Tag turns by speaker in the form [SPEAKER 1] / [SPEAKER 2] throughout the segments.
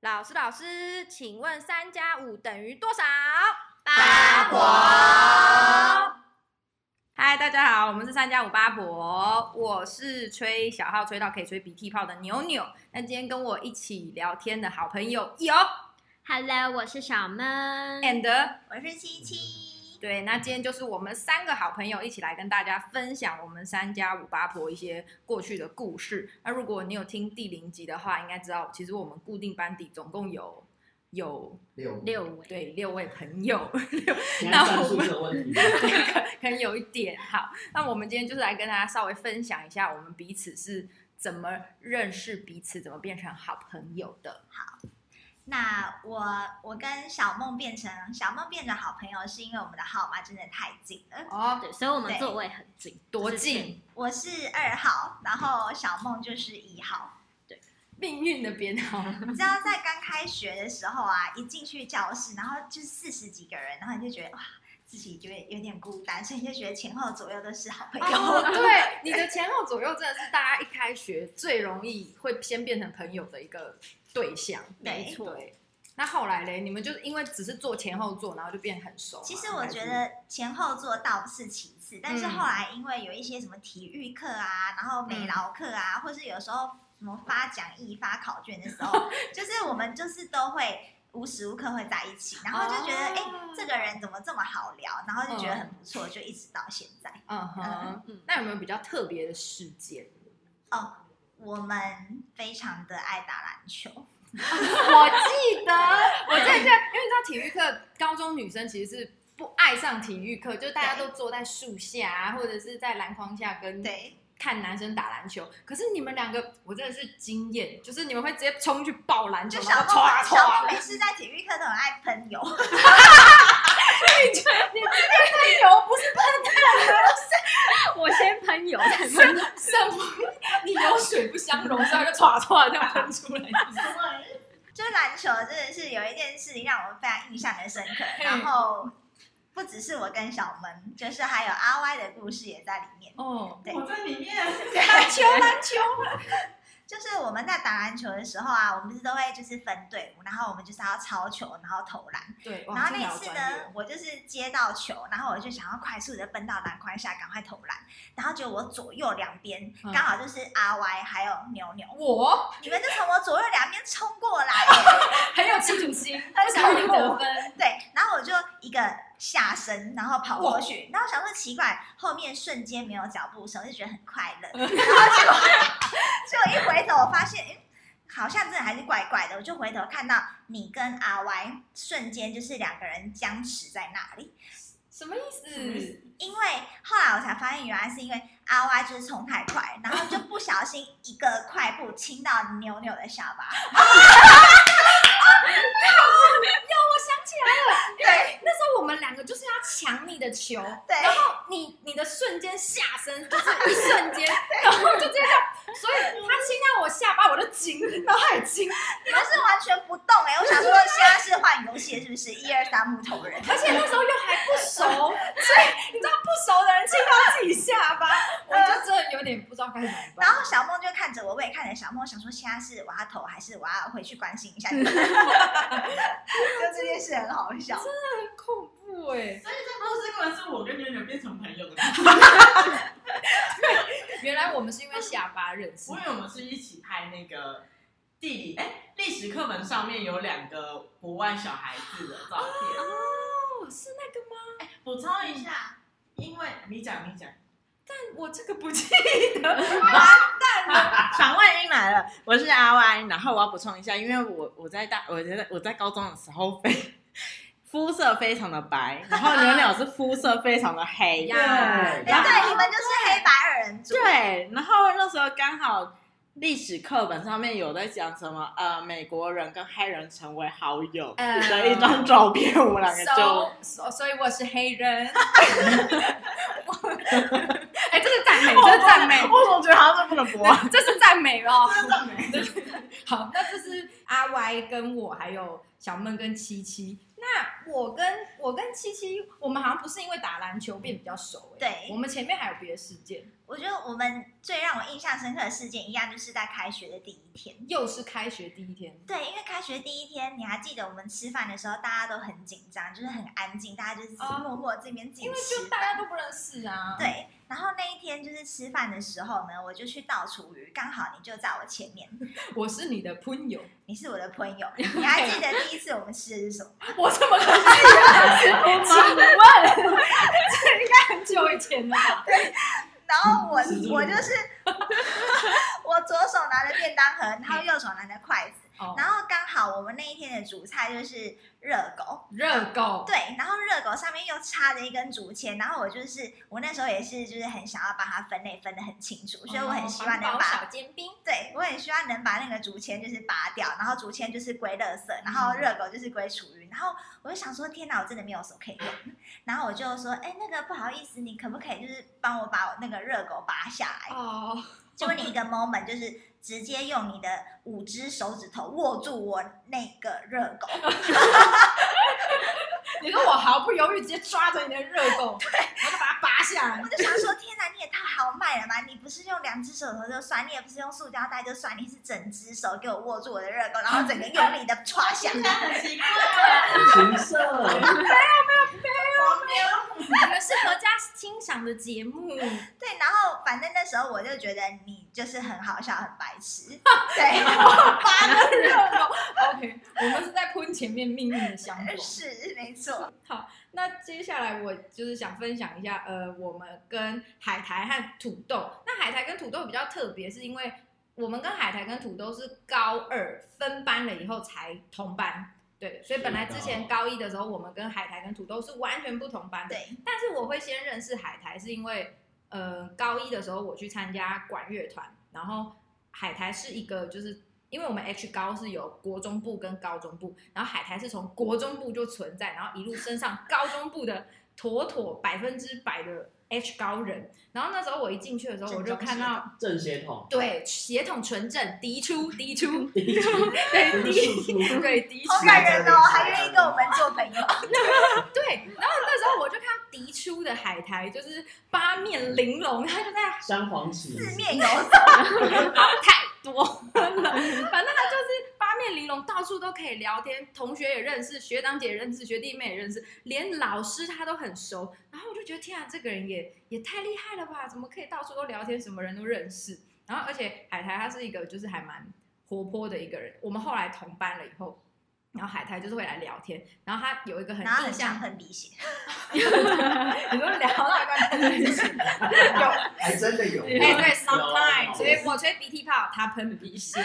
[SPEAKER 1] 老师，老师，请问三加五等于多少？
[SPEAKER 2] 八婆。
[SPEAKER 1] 嗨，大家好，我们是三加五八婆，我是吹小号吹到可以吹鼻涕泡的牛牛。那今天跟我一起聊天的好朋友有
[SPEAKER 2] Hello，我是小闷
[SPEAKER 1] and
[SPEAKER 2] 我是七七。
[SPEAKER 1] 对，那今天就是我们三个好朋友一起来跟大家分享我们三家五八婆一些过去的故事。那如果你有听第零集的话，应该知道，其实我们固定班底总共有有
[SPEAKER 3] 六
[SPEAKER 2] 六位，
[SPEAKER 1] 对六位朋友，
[SPEAKER 3] 现
[SPEAKER 1] 那
[SPEAKER 3] 在算
[SPEAKER 1] 我
[SPEAKER 3] 数
[SPEAKER 1] 们
[SPEAKER 3] 是有问题。
[SPEAKER 1] 可可能有一点好。那我们今天就是来跟大家稍微分享一下，我们彼此是怎么认识彼此，怎么变成好朋友的。
[SPEAKER 4] 那我我跟小梦变成小梦变成好朋友，是因为我们的号码真的太近了。
[SPEAKER 1] 哦，
[SPEAKER 2] 对，所以我们
[SPEAKER 4] 对
[SPEAKER 2] 座位很近，
[SPEAKER 1] 多
[SPEAKER 2] 就是
[SPEAKER 1] 近？
[SPEAKER 4] 我是二号，然后小梦就是一号。
[SPEAKER 1] 命运的编 号。
[SPEAKER 4] 你知道在刚开学的时候啊，一进去教室，然后就是四十几个人，然后你就觉得哇，自己觉得有点孤单，所以你就觉得前后左右都是好朋友。
[SPEAKER 1] 哦，对，你的前后左右真的是大家一开学最容易会先变成朋友的一个对象。
[SPEAKER 4] 对
[SPEAKER 2] 没错，
[SPEAKER 1] 对，那后来嘞，你们就是因为只是坐前后座，然后就变很熟吗。
[SPEAKER 4] 其实我觉
[SPEAKER 1] 还是，
[SPEAKER 4] 得前后座倒是其次，但是
[SPEAKER 1] 嗯
[SPEAKER 4] 后来因为有一些什么体育课啊，然后美劳课啊，或是有时候什么发讲义、发考卷的时候，就是我们就是都会无时无刻会在一起，然后就觉得哎、
[SPEAKER 1] 哦
[SPEAKER 4] 这个人怎么这么好聊，然后就觉得很不错，就一直到现在。
[SPEAKER 1] 嗯哼，
[SPEAKER 2] 嗯，
[SPEAKER 1] 那有没有比较特别的事件？
[SPEAKER 4] 我们非常的爱打篮球，
[SPEAKER 1] 我记得，我记得，因为你知道体育课，高中女生其实是。不爱上体育课，就是大家都坐在树下、啊，或者是在篮筐下跟
[SPEAKER 4] 对，
[SPEAKER 1] 看男生打篮球。可是你们两个，我真的是惊艳，就是你们会直接冲去抱篮球，
[SPEAKER 4] 就
[SPEAKER 1] 然
[SPEAKER 4] 小
[SPEAKER 1] 后
[SPEAKER 4] 梦
[SPEAKER 1] 唰
[SPEAKER 4] 啊小
[SPEAKER 1] 唰
[SPEAKER 4] 梦每次在体育课都很爱 喷油，
[SPEAKER 1] 喷油不是
[SPEAKER 2] 我先喷 油，再喷油
[SPEAKER 1] 什么？ 你有水不相容，所以它就唰唰这样喷出来。
[SPEAKER 4] 就篮球真的是有一件事情让我非常印象很深刻，然后不只是我跟小门，就是还有阿歪的故事也在里面。
[SPEAKER 1] 哦，
[SPEAKER 4] 对
[SPEAKER 3] 我在里面，
[SPEAKER 4] 篮球，篮球，就是我们在打篮球的时候啊，我们不是都会就是分队伍，然后我们就是要抄球，然后投篮。
[SPEAKER 1] 对，
[SPEAKER 4] 然后那一次呢，我就是接到球，然后我就想要快速的奔到篮筐下，赶快投篮。然后就我左右两边
[SPEAKER 1] 嗯
[SPEAKER 4] 刚好就是阿 Y 还有牛牛，
[SPEAKER 1] 我
[SPEAKER 4] 你们就从我左右两边冲过来了。
[SPEAKER 1] 很有企图心，
[SPEAKER 4] 很
[SPEAKER 1] 不想你
[SPEAKER 4] 想
[SPEAKER 1] 得
[SPEAKER 4] 我
[SPEAKER 1] 分。
[SPEAKER 4] 对，然后我就一个下身，然后跑过去，然后想说奇怪，后面瞬间没有脚步声，就觉得很快乐。然后结果结果一回头，我发现，嗯，好像真的还是怪怪的。我就回头看到你跟阿 Y 瞬间就是两个人僵持在那里，
[SPEAKER 1] 什么意思？
[SPEAKER 4] 因为后来我才发现，原来是因为阿 Y 就是冲太快，然后就不小心一个快步亲到牛牛的下巴。
[SPEAKER 1] 我想起来了，对，那时候我们两个就是要抢你的球，
[SPEAKER 4] 对
[SPEAKER 1] 然后你你的瞬间下身就是一瞬间，然后就这样，所以他亲到我下巴，我就惊，然后他也惊，
[SPEAKER 4] 你们是完全不动 哎、我想说现在是换游戏了是不是？一二三木头人。
[SPEAKER 1] 而且那时候又还不熟，所以你知道不熟的人亲到自己下巴，我就真的有点不知道该怎么
[SPEAKER 4] 然
[SPEAKER 1] 办。
[SPEAKER 4] 后小梦就看着我，我也看着小梦，想说现在是我要投还是我要回去关心一下你们？ 就这件事很好笑。
[SPEAKER 1] 很恐怖哎、
[SPEAKER 3] 所以这故事根本是我跟圆圆变成朋友 的故事，
[SPEAKER 1] 原来我们是因为下巴认识
[SPEAKER 3] 因，为我们是一起拍那个地理哎历史课本上面有两个国外小孩子的照片。
[SPEAKER 1] 哦，是那个吗？
[SPEAKER 3] 补充一下，因为你讲你讲，
[SPEAKER 1] 我这个不记得。
[SPEAKER 5] 啊访问音来了，我是阿 Y，然后我要补充一下，因为我我在大我觉得我在高中的时候非 肤色非常的白，然后牛牛是肤色非常的 黑，
[SPEAKER 1] 呀
[SPEAKER 4] 哎、
[SPEAKER 5] 然后
[SPEAKER 4] 对，你们就是黑白二人组。
[SPEAKER 5] 对，然后那时候刚好历史课本上面有在讲什么呃美国人跟黑人成为好友
[SPEAKER 3] 呃
[SPEAKER 1] 嗯
[SPEAKER 5] 的一张照片，我们两个就。
[SPEAKER 1] 所所以我是黑人。哎、这是赞美，这是赞美，
[SPEAKER 5] 我总觉得好像这不能播啊。
[SPEAKER 1] 这是赞美哦。
[SPEAKER 3] 真的没
[SPEAKER 1] 好，那这是阿 Y 跟我，还有小闷跟七七。那我跟我跟七七，我们好像不是因为打篮球变比较熟、哎，
[SPEAKER 4] 对
[SPEAKER 1] 我们前面还有别的事件，
[SPEAKER 4] 我觉得我们最让我印象深刻的事件，一样就是在开学的第一天。
[SPEAKER 1] 又是开学第一天，
[SPEAKER 4] 对，因为开学第一天，你还记得我们吃饭的时候，大家都很紧张，就是很安静，大家就是
[SPEAKER 1] 哦
[SPEAKER 4] 默默这边
[SPEAKER 1] 因
[SPEAKER 4] 进
[SPEAKER 1] 为
[SPEAKER 4] 吃
[SPEAKER 1] 就大家
[SPEAKER 4] 饭。
[SPEAKER 1] 都不认识啊。，
[SPEAKER 4] 对，然后那一天就是吃饭的时候呢，我就去倒厨余，刚好你就在我前面，
[SPEAKER 1] 我是你的朋友，
[SPEAKER 4] 你是我的朋 友，你还记得第一次我们吃的是什么？
[SPEAKER 1] 我怎么可能是你的朋友？
[SPEAKER 2] 很久以前了吧？
[SPEAKER 4] 然后我
[SPEAKER 3] 是这
[SPEAKER 4] 我
[SPEAKER 3] 个
[SPEAKER 4] 就是我左手拿着便当盒，然后右手拿着筷子，
[SPEAKER 1] 哦
[SPEAKER 4] 然后刚好我们那一天的主菜就是热狗，
[SPEAKER 1] 热狗，
[SPEAKER 4] 对，然后热狗上面又插着一根竹签，然后我就是我那时候也是就是很想要把它分类分得很清楚，所以我很希望能
[SPEAKER 1] 哦环保
[SPEAKER 4] 把、
[SPEAKER 1] 小尖兵。
[SPEAKER 4] 对我很希望能把那个竹签就是拔掉，然后竹签就是归垃圾，然
[SPEAKER 1] 嗯
[SPEAKER 4] 后热狗就是归厨余，然后我就想说天哪，我真的没有手可以用，然后我就说哎那个不好意思，你可不可以就是帮我把我那个热狗拔下来？
[SPEAKER 1] 哦，
[SPEAKER 4] 结果你一个 moment 就是直接用你的五只手指头握住我那个热狗。
[SPEAKER 1] 你说我毫不犹豫直接抓着你的热 狗，我就把它拔下来
[SPEAKER 4] 我。就想说，天哪，你也太豪迈了吧！你不是用两只手头就算，你也不是用塑胶袋就算，你是整只手给我握住我的热狗，然后整个用 力的歘下来。
[SPEAKER 3] 现在很奇怪啊，
[SPEAKER 6] 情色，
[SPEAKER 1] 你们 是合家欣赏的节目，
[SPEAKER 4] 对，然后反正那时候我就觉得你就是很好笑，很白 痴。对，
[SPEAKER 1] 拔着热狗。OK，我们是在喷前面命运的相撞。
[SPEAKER 4] 是没错。
[SPEAKER 1] 那接下来我就是想分享一下，呃，我们跟海苔和土豆。那海苔跟土豆比较特别，是因为我们跟海苔跟土豆是高二分班了以后才同班。对，所以本来之前
[SPEAKER 6] 是
[SPEAKER 1] 高一的时候，我们跟海苔跟土豆是完全不同班的。
[SPEAKER 4] 对，
[SPEAKER 1] 但是我会先认识海苔，是因为呃高一的时候我去参加管乐团，然后海苔是一个就是。因为我们 H 高是有国中部跟高中部，然后海苔是从国中部就存在，然后一路升上高中部的妥妥百分之百的 H 高人。然后那时候我一进去的时候，我就看到
[SPEAKER 6] 正血统，
[SPEAKER 1] 对血统纯正，嫡出嫡出，
[SPEAKER 6] 第一出，
[SPEAKER 1] 对
[SPEAKER 6] 不
[SPEAKER 1] 嫡
[SPEAKER 6] 是叔叔，
[SPEAKER 1] 对嫡出
[SPEAKER 4] 好感人哦，还愿意跟我们做 朋友。
[SPEAKER 1] 对。然后那时候我就看到嫡出的海苔就是八面玲珑，他就在
[SPEAKER 6] 镶黄旗，
[SPEAKER 4] 四 面游走，
[SPEAKER 1] 太多了，反正他就是八面玲珑，到处都可以聊天，同学也认识，学长姐也认识，学弟妹也认识，连老师他都很熟。然后我就觉得天啊，这个人也也太厉害了吧？怎么可以到处都聊天，什么人都认识？然后而且海苔他是一个就是还蛮活泼的一个人，我们后来同班了以后。然后海苔就是会来聊天，然后他有一个很
[SPEAKER 4] 然后
[SPEAKER 1] 印
[SPEAKER 4] 很
[SPEAKER 1] 象
[SPEAKER 4] 像，喷鼻血，
[SPEAKER 1] 你说聊到一半喷鼻血，
[SPEAKER 6] 还真的有，
[SPEAKER 1] 哎、对，sometimes，所
[SPEAKER 6] 有
[SPEAKER 1] 以我吹鼻涕泡，他喷鼻血。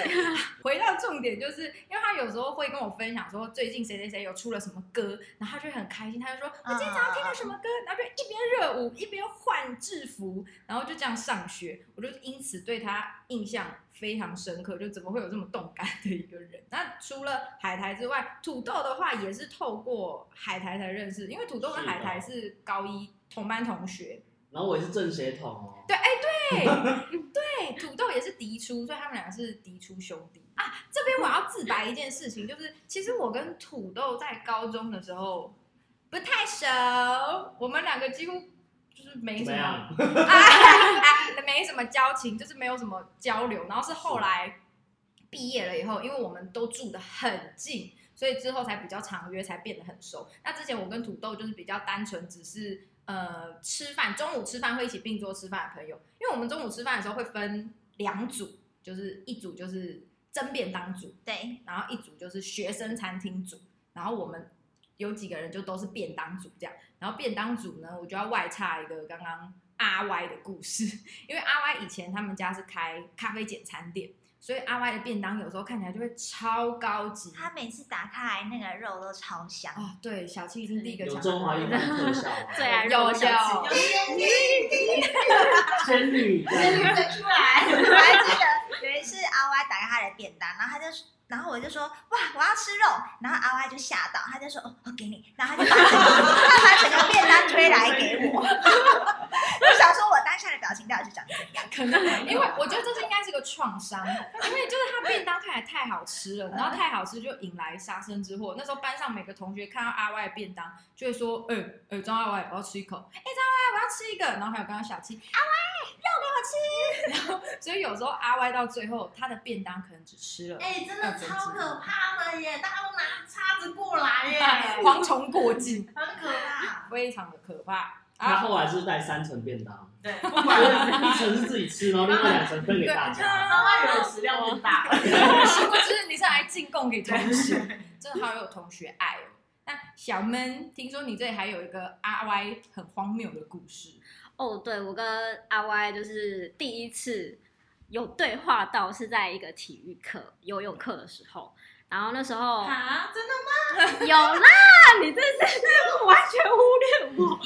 [SPEAKER 1] 回到重点，就是因为他有时候会跟我分享说最近谁谁谁有出了什么歌，然后他就会很开心，他就说我今天早上听了什么歌，然后就一边热舞一边换制服，然后就这样上学。我就因此对他印象非常深刻，就怎么会有这么动感的一个人？那除了海苔之外，土豆的话也是透过海苔才认识，因为土豆跟
[SPEAKER 6] 是的
[SPEAKER 1] 海苔是高一同班同学，
[SPEAKER 6] 然后我也是正血统哦，
[SPEAKER 1] 对，哎、对对，土豆也是嫡出，所以他们两个是嫡出兄弟啊。这边我要自白一件事情，就是其实我跟土豆在高中的时候不太熟，我们两个几乎就是没
[SPEAKER 6] 怎
[SPEAKER 1] 什
[SPEAKER 6] 么
[SPEAKER 1] 么
[SPEAKER 6] 样？
[SPEAKER 1] 哎，哎没什么交情，就是没有什么交流。然后是后来毕业了以后，因为我们都住的很近，所以之后才比较常约，才变得很熟。那之前我跟土豆就是比较单纯，只是呃吃饭，中午吃饭会一起并桌吃饭的朋友。因为我们中午吃饭的时候会分两组，就是一组就是蒸便当组，
[SPEAKER 4] 对，
[SPEAKER 1] 然后一组就是学生餐厅组，然后我们有几个人就都是便当组这样。然后便当组呢，我就要外插一个刚刚阿 Y 的故事， 因为阿 Y 以前他们家是开咖啡简餐店，所以阿 Y 的便当有时候看起来就会超高级。
[SPEAKER 4] 他每次打开来那个肉都超香。
[SPEAKER 1] 哦，对，小七一定第一个
[SPEAKER 6] 有
[SPEAKER 1] 想
[SPEAKER 6] 中华
[SPEAKER 1] 到
[SPEAKER 6] 一番特 效吗？
[SPEAKER 2] 最爱
[SPEAKER 1] 有
[SPEAKER 2] 肉小
[SPEAKER 1] 有
[SPEAKER 2] 吃，
[SPEAKER 6] 仙女，
[SPEAKER 3] 先生出来，
[SPEAKER 4] 我还记得有一次阿 Y 打开他的便当，然后他就，然后我就说哇，我要吃肉，然后阿 Y 就吓到，他就说哦，我给 你，然后他就把整个他把整个便当推来给我，我想说我当一下你的表情到底是长怎样。
[SPEAKER 1] 可能因为我觉得这是应该是个创伤，因为就是他便当看起来太好吃了，然后太好吃就引来杀身之祸。那时候班上每个同学看到阿 Y 的便当，就会说：“哎、哎、张阿 Y，我要吃一口。哎、张阿 Y，我要吃一个。”然后还有刚刚小七阿 Y 肉给我吃。然后 所以有时候阿 Y 到最后他的便当可能只吃了。
[SPEAKER 3] 哎、真的超可怕的耶！大家都拿叉子过来耶，
[SPEAKER 1] 啊 蝗虫过境，
[SPEAKER 3] 很 可怕。
[SPEAKER 1] 非常的可怕。
[SPEAKER 6] 他
[SPEAKER 1] 啊，
[SPEAKER 6] 后来是带三层便当，
[SPEAKER 3] 对，不管
[SPEAKER 6] 就是
[SPEAKER 3] 了，
[SPEAKER 6] 一层是自己吃，然后另外两层分给大家。
[SPEAKER 3] 妈妈有食量变大。
[SPEAKER 1] 殊不知你是来进贡给同 学，真的好有同学爱哦。那小闷，听说你这里还有一个阿 Y 很荒谬的故事，
[SPEAKER 2] 哦，对，我跟阿 Y 就是第一次有对话到，是在一个体育课游泳课的时候。然后那时候
[SPEAKER 3] 啊，真的吗？
[SPEAKER 2] 有啦，你这是 完全忽 略我。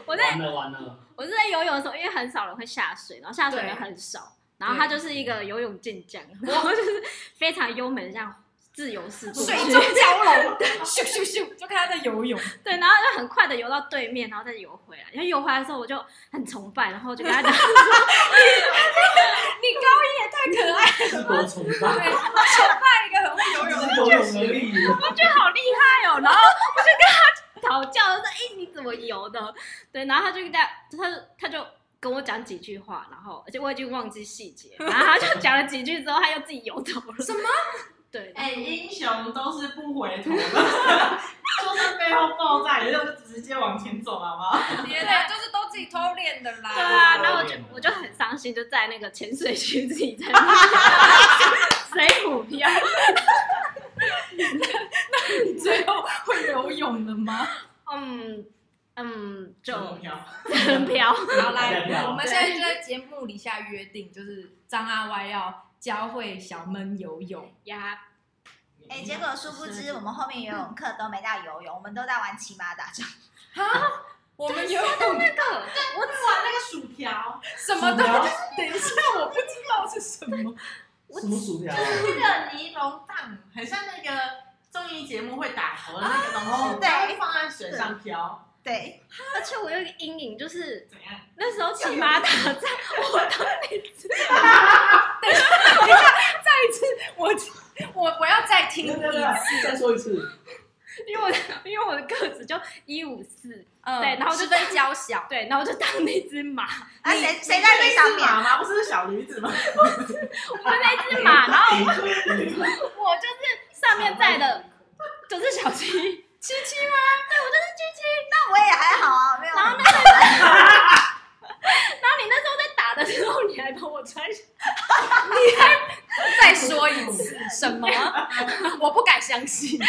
[SPEAKER 2] 我在
[SPEAKER 6] 完了完了，
[SPEAKER 2] 我是在游泳的时候，因为很少人会下水，然后下水
[SPEAKER 1] 对
[SPEAKER 2] 人很少，然后他就是一个游泳健 将，然后就是非常优美的这样自由式过去
[SPEAKER 1] 水中蛟龙， 咻咻咻，就看他在游泳，
[SPEAKER 2] 对，然后就很快的游到对面，然后再游回来。然后游回来的时候，我就很崇拜，然后就跟 他讲，哎
[SPEAKER 1] 你高一也太可爱了，
[SPEAKER 6] 是多崇拜，
[SPEAKER 1] 换一个很会游泳
[SPEAKER 6] 只是游泳 而已。
[SPEAKER 2] 我觉得好厉害哦。然后我就跟他讨教，我说：“哎、你怎么游的？”对，然后他就跟他，他就他就跟我讲几句话，然后而且我已经忘记细节，然后他就讲了几句之后，他又自己游走了。
[SPEAKER 1] 什
[SPEAKER 2] 么？对，
[SPEAKER 3] 哎、英雄都是不 回头的，就算背后爆炸，也就直接往前走，好不好？
[SPEAKER 1] 的，别的就是都自己偷练的啦。
[SPEAKER 2] 对啊，然后我就我就很伤心，就在那个浅水区自己在那边水母漂。
[SPEAKER 1] 你最后会游泳的吗？
[SPEAKER 2] 嗯嗯，就
[SPEAKER 3] 就目标。
[SPEAKER 2] 很漂。
[SPEAKER 1] 好，
[SPEAKER 6] 太
[SPEAKER 1] 来，
[SPEAKER 6] 妙了
[SPEAKER 1] 我们现在就在节目里下约定，就是张阿 Y 要教会小闷游泳。
[SPEAKER 2] 呀，
[SPEAKER 4] 哎、结果殊不知我们后面游泳课都没到游泳，我们都在玩骑马打仗。
[SPEAKER 1] 啊，我们游泳
[SPEAKER 2] 那个
[SPEAKER 3] 我玩那个薯条，
[SPEAKER 1] 什么东西？等一下，我不知道是什么。
[SPEAKER 6] 什么薯条啊？
[SPEAKER 3] 那个尼龙棒，很像那个综艺节目会打头的那个东西，
[SPEAKER 4] 哦对
[SPEAKER 3] 然后放在水上飘，
[SPEAKER 4] 对，
[SPEAKER 2] 而且我有一个阴影，就是
[SPEAKER 3] 怎样？
[SPEAKER 2] 那时候骑马打仗，我都
[SPEAKER 1] 再一次，我 我我要再听一
[SPEAKER 6] 对
[SPEAKER 1] 次
[SPEAKER 6] 对。对，再说一次。
[SPEAKER 2] 因为我的因为我的个子就一五四，
[SPEAKER 1] 嗯
[SPEAKER 2] 对然后就
[SPEAKER 1] 十分娇小，
[SPEAKER 2] 对，然后我就当那只马，
[SPEAKER 4] 啊，
[SPEAKER 1] 你
[SPEAKER 4] 谁谁在
[SPEAKER 3] 那
[SPEAKER 4] 最上面？
[SPEAKER 3] 马吗？不是小驴子 吗？
[SPEAKER 2] 我那只 马，然后我就是上面载的 就是小 七。
[SPEAKER 1] 七七吗？
[SPEAKER 4] 那我也还好啊，没有。
[SPEAKER 2] 然后那个， 然后你那时候在打的时候，你还帮我穿上，
[SPEAKER 1] 再说一次，什么？ 我不敢相信。
[SPEAKER 2] 他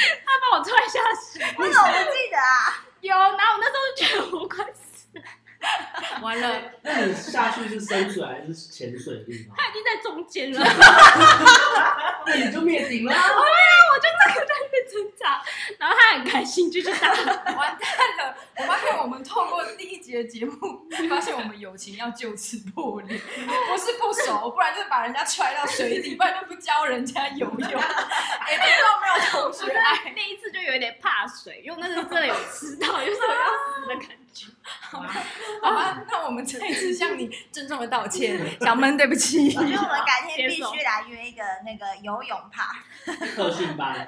[SPEAKER 2] 帮我穿下水。
[SPEAKER 4] 为什么我不记得啊？
[SPEAKER 2] 有，然后我那时候就觉得我快死了，
[SPEAKER 1] 完了，
[SPEAKER 6] 那你下去是深水还是浅水地方？
[SPEAKER 2] 他已经在中间了。
[SPEAKER 6] 那你就灭顶了。
[SPEAKER 2] 我就那个在那边挣扎，然后他很开心，就去打。
[SPEAKER 1] 完蛋了！我发现我们透过第一集的节目，发现我们友情要就此破裂，不是不熟，不然就是把人家踹到水底，不然就不教人家游 泳。哎、欸，听到没有，同 学爱？
[SPEAKER 2] 那一次就有点怕水，因为我那时候真的有吃到，有种要死的感觉。
[SPEAKER 1] 好吧，那我们再一次向你郑重的道歉，小闷，对不起。
[SPEAKER 4] 我觉得我 们改天
[SPEAKER 2] 接
[SPEAKER 4] 必
[SPEAKER 2] 受
[SPEAKER 4] 须来约一个那个游泳趴。
[SPEAKER 6] 特训班。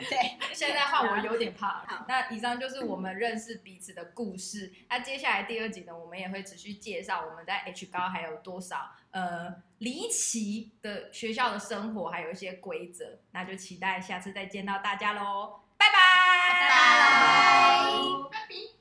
[SPEAKER 1] 现在换我有点怕了。那以上就是我们认识彼此的故事。那接下来第二集呢，我们也会持续介绍我们在 H 高还有多少呃离奇的学校的生活，还有一些规则。那就期待下次再见到大家喽，拜拜
[SPEAKER 4] 拜拜
[SPEAKER 3] 拜拜。